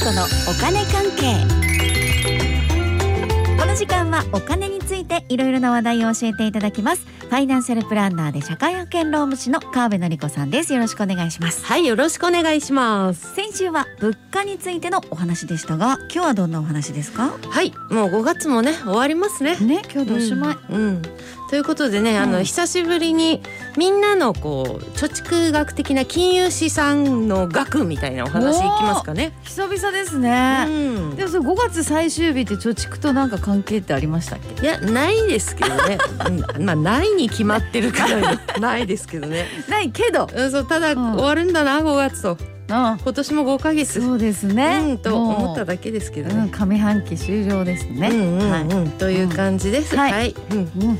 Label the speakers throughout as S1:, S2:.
S1: 子のお金関係この時間はお金についていろいろな話題を教えていただきますファイナンシャルプランナーで社会保険労務士の川辺紀子さんですよろしくお願いします
S2: はいよろしくお願いします
S1: 先週は物価についてのお話でしたが今日はどんなお話ですか
S2: はいもう5月もね終わりますね
S1: ね今日でおしまい、
S2: うん、うんということでね、
S1: う
S2: あの
S1: ん
S2: 久しぶりにみんなのこう貯蓄額的な金融資産の額みたいなお話いきますかね。
S3: 久々です
S2: う
S3: ね、
S2: ん、
S3: でもそれ5月最終日って貯蓄となんか関係ってありましたっけ
S2: いやないですけど ね、うん、まあないに決まってるからね ないですけどね、
S3: ないけど
S2: うん、そうただ
S3: ん
S2: 終わるんだな5月と
S3: うん
S2: 今年も5ヶ月
S3: そうですね、
S2: うんと思った
S3: だ
S2: だけですけど
S3: うん
S2: ね。
S3: 上半期終了ですね、
S2: うんうん
S3: はい、
S2: うんという感じです。
S3: うん
S2: は、
S3: はいい
S2: うん
S3: うん、という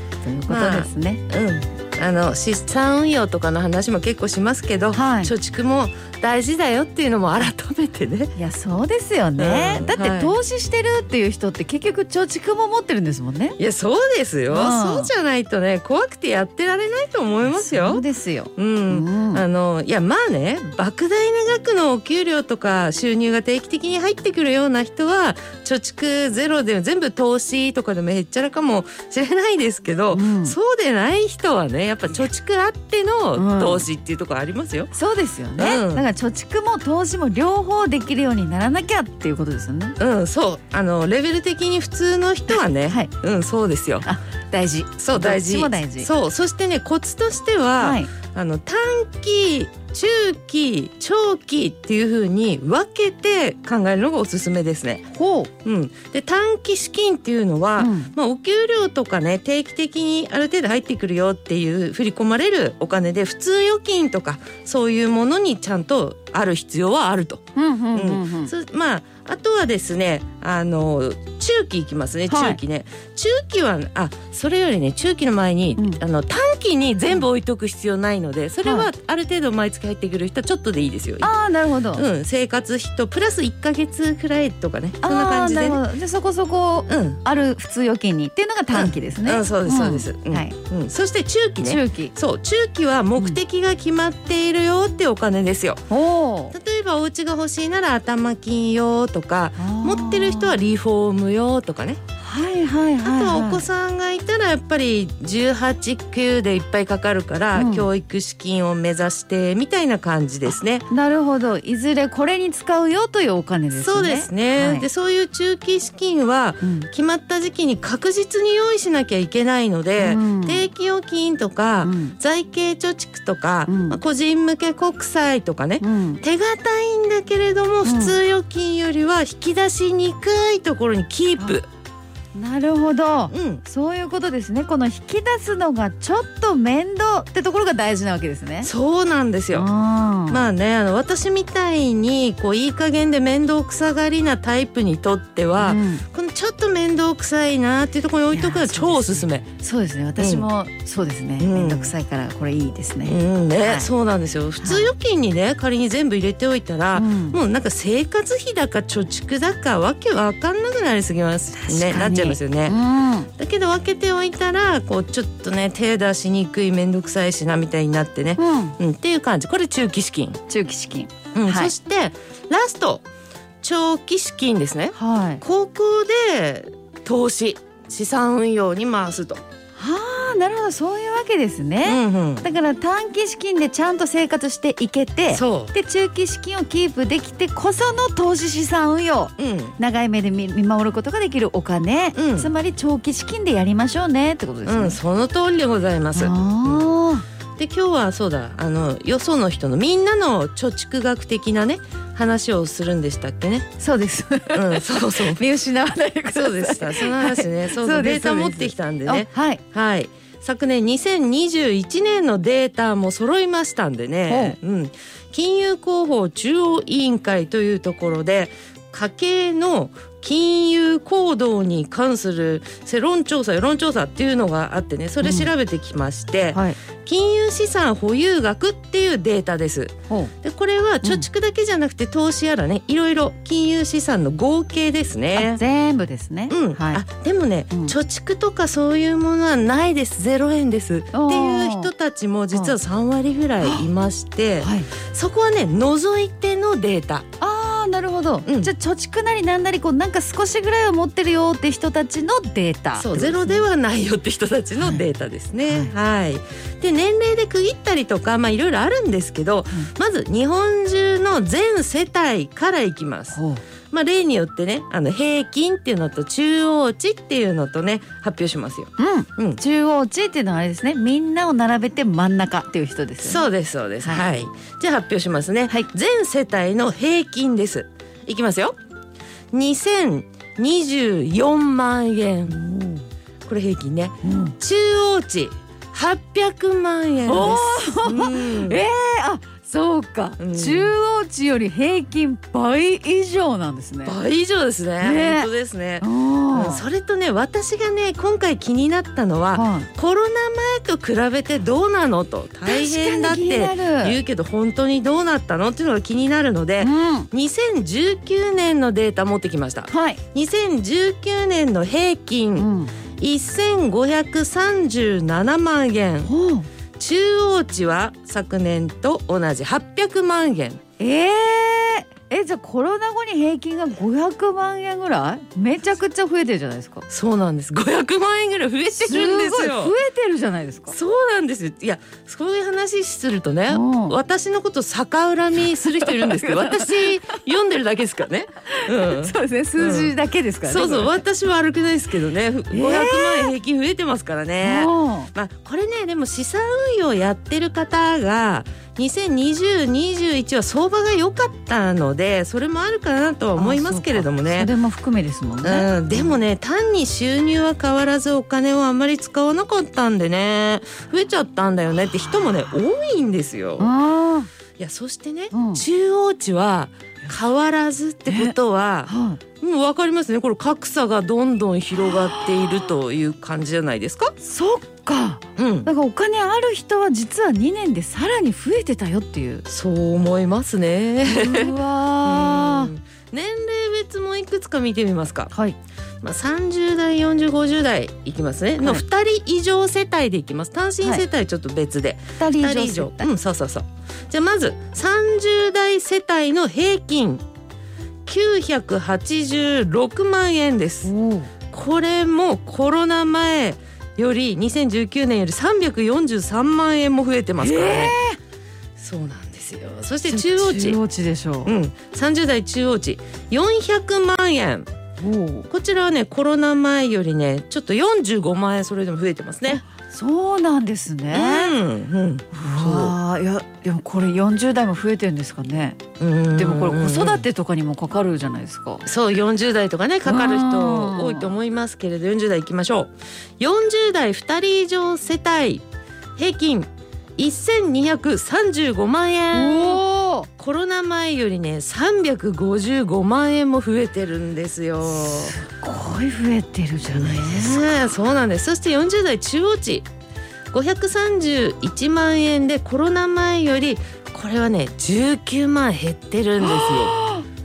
S3: ことですね、
S2: うん、あの資産運用とかの話も結構しますけど、
S3: はい
S2: 貯蓄も大事だよっていうのも改めてね。
S3: いやそうですよね、
S2: うん
S3: だっ
S2: はい
S3: て投資してるっていう人って結局貯蓄も持ってるんですもんね
S2: いやそうですよ、
S3: うん
S2: そうじゃないとね怖くてやってられないと思います
S3: そう
S2: よ。
S3: ですよ、
S2: う、
S3: うんん
S2: あのいやまあね莫大な額のお給料とか収入が定期的に入ってくるような人は貯蓄ゼロで全部投資とかでもへっちゃらかもしれないですけど、
S3: うん
S2: そうでない人はねやっぱ貯蓄あっての
S3: うん
S2: 投資っていうところありますよ。
S3: そうですよね、
S2: う
S3: だ
S2: ん
S3: から貯蓄も投資も両方できるようにならなきゃっていうことですよね
S2: うん、そう、あのレベル的に普通の人はね、
S3: はい
S2: うん、そうですよ。
S3: 大事
S2: そう、
S3: どっ
S2: 大
S3: ち
S2: 事。
S3: も大事
S2: そう、そしてね、コツとしては、
S3: はい
S2: あの短期、中期、長期っていう風に分けて考えるのがおすすめですね。
S3: ほ
S2: うん、で、短期資金っていうの
S3: う、
S2: は。
S3: うん
S2: まあ、お給料とかね定期的にある程度入ってくるよっていう振り込まれるお金で普通預金とかそういうものにちゃんとある必要はあると
S3: うんうんうんうん
S2: そうまああとはですねあの中期いきますね
S3: はい
S2: 中期ね、中期はあそれよりね中期の前に、
S3: うん
S2: あの短期に全部置いとく必要ないのでそれ
S3: は
S2: はある程度毎月入ってくる人はちょっとでいいですよ。
S3: ああなるほど、
S2: うん、生活費とプラス1か月くらいとかねそんな感じで
S3: あー
S2: ね、
S3: なるほどでそこそこ
S2: うん
S3: ある普通預金にっていうのが短期ですね、
S2: うん、そうですそうです、うん
S3: はい
S2: うん、そして中期ね
S3: 中期
S2: そう中期は目的が決まっているよってお金ですよ
S3: おー
S2: 例えばお家が欲しいなら頭金用とか
S3: あー
S2: 持ってる人はリフォーム用とかね
S3: はいはいはい、
S2: あと
S3: は、
S2: はいお子さんがいたらやっぱり189でいっぱいかかるから、
S3: うん
S2: 教育資金を目指してみたいな感じですね。
S3: なるほどいずれこれに使うよというお金ですね
S2: そうですね、
S3: はい
S2: でそういう中期資金は
S3: うん
S2: 決まった時期に確実に用意しなきゃいけないので、
S3: うん
S2: 定期預金とか、
S3: うん
S2: 財形貯蓄とか、
S3: うん
S2: まあ個人向け国債とかね、
S3: うん
S2: 手堅いんだけれども
S3: ん
S2: 普通預金よりは引き出しにくいところにキープ、
S3: なるほど
S2: うん、
S3: そういうことですねこの引き出すのがちょっと面倒ってところが大事なわけですね
S2: そうなんですよ。
S3: まあ
S2: まあねあの私みたいにこういい加減で面倒くさがりなタイプにとっては、
S3: うん
S2: このちょっと面倒くさいなっていうところに置いとくのはい
S3: や
S2: 超おすすめ。
S3: そうですね私もそうですね、
S2: うん
S3: めんどくさいからこれいいです
S2: う
S3: ね、
S2: んね、
S3: はい
S2: そうなんですよ。普通預金にね仮に全部入れておいたら、
S3: うん
S2: もうなんか生活費だか貯蓄だかわけわかんなくなりすぎます
S3: 確か
S2: ね
S3: に
S2: なっちゃいますよね。
S3: うん
S2: だけど分けておいたらこうちょっとね手出しにくい面倒くさいしなみたいになってね、
S3: うん、
S2: うん、っていう感じこれ中期資金、
S3: 中期資金
S2: うん
S3: はい
S2: そしてラスト長期資金ですね
S3: はい
S2: 高校で投資資産運用に回すと、
S3: はあなるほどそういうわけです
S2: う
S3: ね、
S2: んうん、
S3: だから短期資金でちゃんと生活していけて
S2: そ
S3: で中期資金をキープできてこその投資資産運用
S2: う、うん、
S3: 長い目で見見守ることができるお金、
S2: うん
S3: つまり長期資金でやりましょうねってことですね、
S2: うん、その通りでございます。
S3: あ
S2: で今日はそうだあのよその人のみんなの貯蓄学的なね話をするんでしたっけね。
S3: ーそうです
S2: うん、そうそう。
S3: 見失わないでください
S2: そうでした。その話ね、そうだ
S3: そう
S2: デ
S3: で
S2: ー
S3: す
S2: タ
S3: そうです
S2: 持ってきたんでね。
S3: あはい
S2: はい。昨年2021年のデータも揃いましたんでね、うん、金融広報中央委員会というところで家計の金融行動に関する世論調査世論調査っていうのがあってねそれ調べてきまして、
S3: はい
S2: 金融資産保有額っていうデータです。
S3: ほう
S2: でこれは貯蓄だけじゃなくて投資やらねいろいろ金融資産の合計ですね
S3: あ。全部ですね、
S2: うん、
S3: はい
S2: あでもね、
S3: うん
S2: 貯蓄とかそういうものはないですゼロ円ですって
S3: お
S2: いう
S3: ー
S2: 人たちも実は3割ぐらいいまして、
S3: はい
S2: そこはね除いてのデータ
S3: あーなるほど、
S2: うん
S3: じゃあ貯蓄なりなんなりこうなんか少しぐらいは持ってるよって人たちのデータ
S2: そうゼロではないよって人たちのデータですね。はい、で年齢で区切ったりとかまあいろいろあるんですけど、まず日本中の全世帯からいきます。
S3: ほう
S2: まあ、例によってねあの平均っていうのと中央値っていうのとね発表しますよ。
S3: うん
S2: うん、
S3: 中央値っていうのはあれですねみんなを並べて真ん中っていう人ですよね
S2: そうですそうです。
S3: は
S2: はい、じゃあ発表しますね。
S3: はい
S2: 全世帯の平均です。いきますよ。二千二十四万円。これ平均ね。
S3: そう、ん、
S2: 中央値八百万円です。
S3: お
S2: うん
S3: えー、あそうか、
S2: うん
S3: 中央値より平均倍以上なんですね
S2: 倍以上ですね。
S3: ね
S2: 本当ですね
S3: あ。
S2: うん
S3: ー
S2: それとね私がね今回気になったのは
S3: はい
S2: コロナ前と比べてどうなのと大変だっ
S3: 確かに気
S2: て
S3: になる
S2: 言うけど本当にどうなったのっていうのが気になるので
S3: うん
S2: 2019年のデータ持ってきました
S3: はい、
S2: 2019年の平
S3: う
S2: 均
S3: ん、
S2: 1537万円
S3: ほう
S2: 中央値は昨年と同じ800万円
S3: えー、えじゃあコロナ後に平均が500万円ぐらいめちゃくちゃ増えてるじゃないですか
S2: そうなんです500万円ぐらい増えてるんです
S3: ごい
S2: よ
S3: 増えてるじゃないですか
S2: そうなんですよいやそういう話するとね
S3: うん
S2: 私のこと逆恨みする人いる んですけど私読んでるだけですからね、うん、
S3: そうですね数字だけですからね、
S2: そうそう
S3: こ
S2: 私は悪くないですけどね500万円平均増えてますから
S3: れ
S2: ね、
S3: うん
S2: まあ、これねでも資産運用やってる方が202021は相場が良かったのでそれもあるかなとは思いますけれども
S3: あそう
S2: ね
S3: か。それも含めですもんね、
S2: うん、でもね単に収入は変わらずお金をあまり使わなかったんでね増えちゃったんだよねって人もね多いんですよ。
S3: あ
S2: いやそしてね、
S3: うん
S2: 中央値は変わらずってことは
S3: あ、はい
S2: もう分かりますねこれ格差がどんどん広がっているという感じじゃないですか。
S3: そっか
S2: うん
S3: だからお金ある人は実は2年でさらに増えてたよっていう
S2: そう思いますね。
S3: うわ
S2: うん年齢別もいくつか見てみますか。
S3: ーはい
S2: まあ30代、40、50代いきますね。の
S3: はい
S2: 2人以上世帯でいきます。単身世帯ちょっと別で。
S3: 2人以
S2: 2人
S3: 上
S2: 以
S3: 世
S2: 上
S3: 帯。
S2: うん、そうそうそう。じゃあまず30代世帯の平均986万円です。
S3: おー
S2: これもコロナ前より2019年より343万円も増えてますからね。そうなんですよ。そして中央値
S3: 中。央値でしょ
S2: うん、30代中央値400万円
S3: う、おー
S2: こちらはねコロナ前よりねちょっと45万円それでも増えてますね。
S3: そうなんです
S2: う
S3: ね、
S2: んそう
S3: わあいやでもこれ40代も増えてるんですかね
S2: うん
S3: でもこれ子育
S2: て
S3: てとかにもかかるじゃないですか
S2: そう40代とかねかか
S3: う
S2: る
S3: ん
S2: 人多いと思いますけれど40代いきましょう40代2人以上世帯平均1235万円
S3: おお
S2: コロナ前よりね355万円も増えてるんですよ。
S3: すごい増えてるじゃないですか、
S2: ねえそうなんですそして40代中央値531万円でコロナ前よりこれはね19万減ってるんで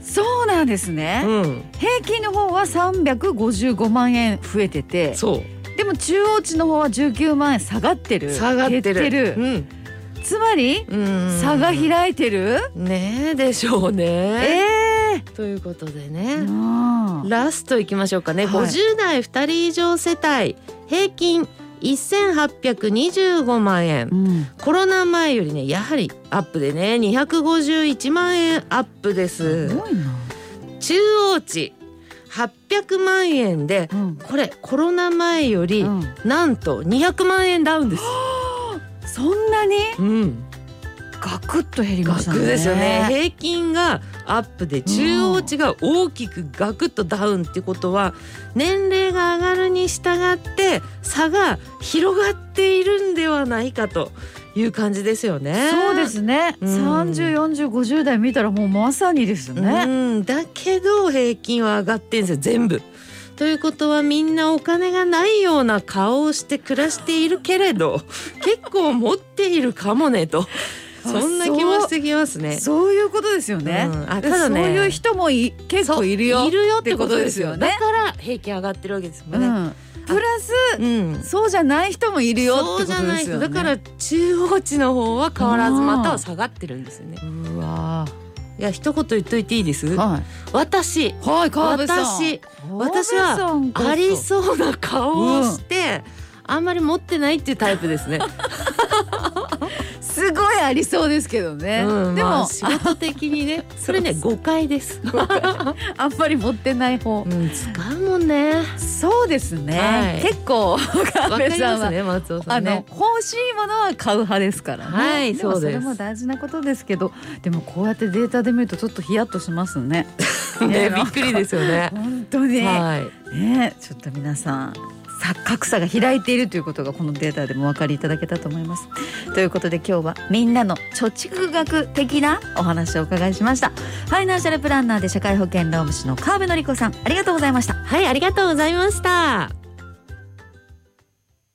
S2: す
S3: そうなんです
S2: よ。
S3: ね
S2: うん、
S3: 平均の方は355万円増えてて
S2: そ
S3: でも中央値の方は19万円下がって
S2: う
S3: る
S2: 下がってる
S3: 減
S2: うん
S3: つまり
S2: うん、
S3: 差が開いてる、
S2: ねえでしょうね。
S3: え
S2: ということ
S3: え
S2: でね、
S3: ー、
S2: ラストいきましょうかね、
S3: はい
S2: 50代2人以上世帯平均1825万円。
S3: うん
S2: コロナ前よりねやはりアップでね251万円アップです
S3: すごいな、
S2: 中央値800万円で
S3: うん
S2: これコロナ前より
S3: うん
S2: なんと200万円ダウンです、
S3: そんなに
S2: うん、
S3: ガクッと減りましたね
S2: 額ですよね平均がアップで中央値が大きくガクッとダウンってことは年齢が上がるに従って差が広がっているんではないかという感じですよね。
S3: そうですね、
S2: うん
S3: 304050代見たらもうまさにですね、
S2: うんだけど平均は上がってんですよ全部。ということはみんなお金がないような顔をして暮らしているけれど結構持っているかもね と
S3: あ
S2: そんな気もしてきますね。
S3: そういうことですよね、
S2: うんあただね
S3: そういう人もい結構いるよ
S2: いるよってことですよ
S3: ってことですよね
S2: だから平均上がってるわけです
S3: う
S2: も
S3: ん
S2: ね。
S3: ん、プラス
S2: うん
S3: そうじゃない人もいるよっ
S2: そ
S3: て
S2: うじ
S3: こ
S2: ゃ
S3: と
S2: な
S3: で
S2: い
S3: すよ
S2: 人
S3: ね
S2: だから中央値の方は変わらずまたは下がってるんですよね。
S3: うわー
S2: いや一言言っといていいです
S3: は
S2: 私
S3: い。はい、川辺さん。
S2: 私
S3: 川辺
S2: 私は
S3: さんこそ
S2: ありそうな顔をして、あんまり持ってないっていうタイプ ですね。
S3: すごいありそうですけどね。
S2: うん、
S3: でも、
S2: まあ
S3: あ、
S2: 仕事的に ね、それね誤解です。
S3: あんまり持ってない方。
S2: うん、使うもんね。
S3: そうですね。
S2: はい
S3: 結構
S2: わ
S3: 川
S2: か
S3: 辺
S2: り
S3: さん
S2: ま
S3: は、
S2: すね、松尾さ
S3: あ
S2: ん
S3: の
S2: ね。
S3: 欲しいものは買う派ですからね。
S2: はい
S3: でも
S2: そうです
S3: それも大事なことですけど、でもこうやってデータで見るとちょっとヒヤッとしますね。
S2: ね、
S3: ね
S2: びっくりですよ ね。
S3: 本当に。
S2: はい。
S3: ね、ちょっと皆さんさ格差が開いているということがこのデータでもお分かりいただけたと思います。ということで今日はみんなの貯蓄額的なお話をお伺いしましたファイナンシャルプランナーで社会保険労務士の川辺典子さんありがとうございました。
S2: はい、ありがとうございました。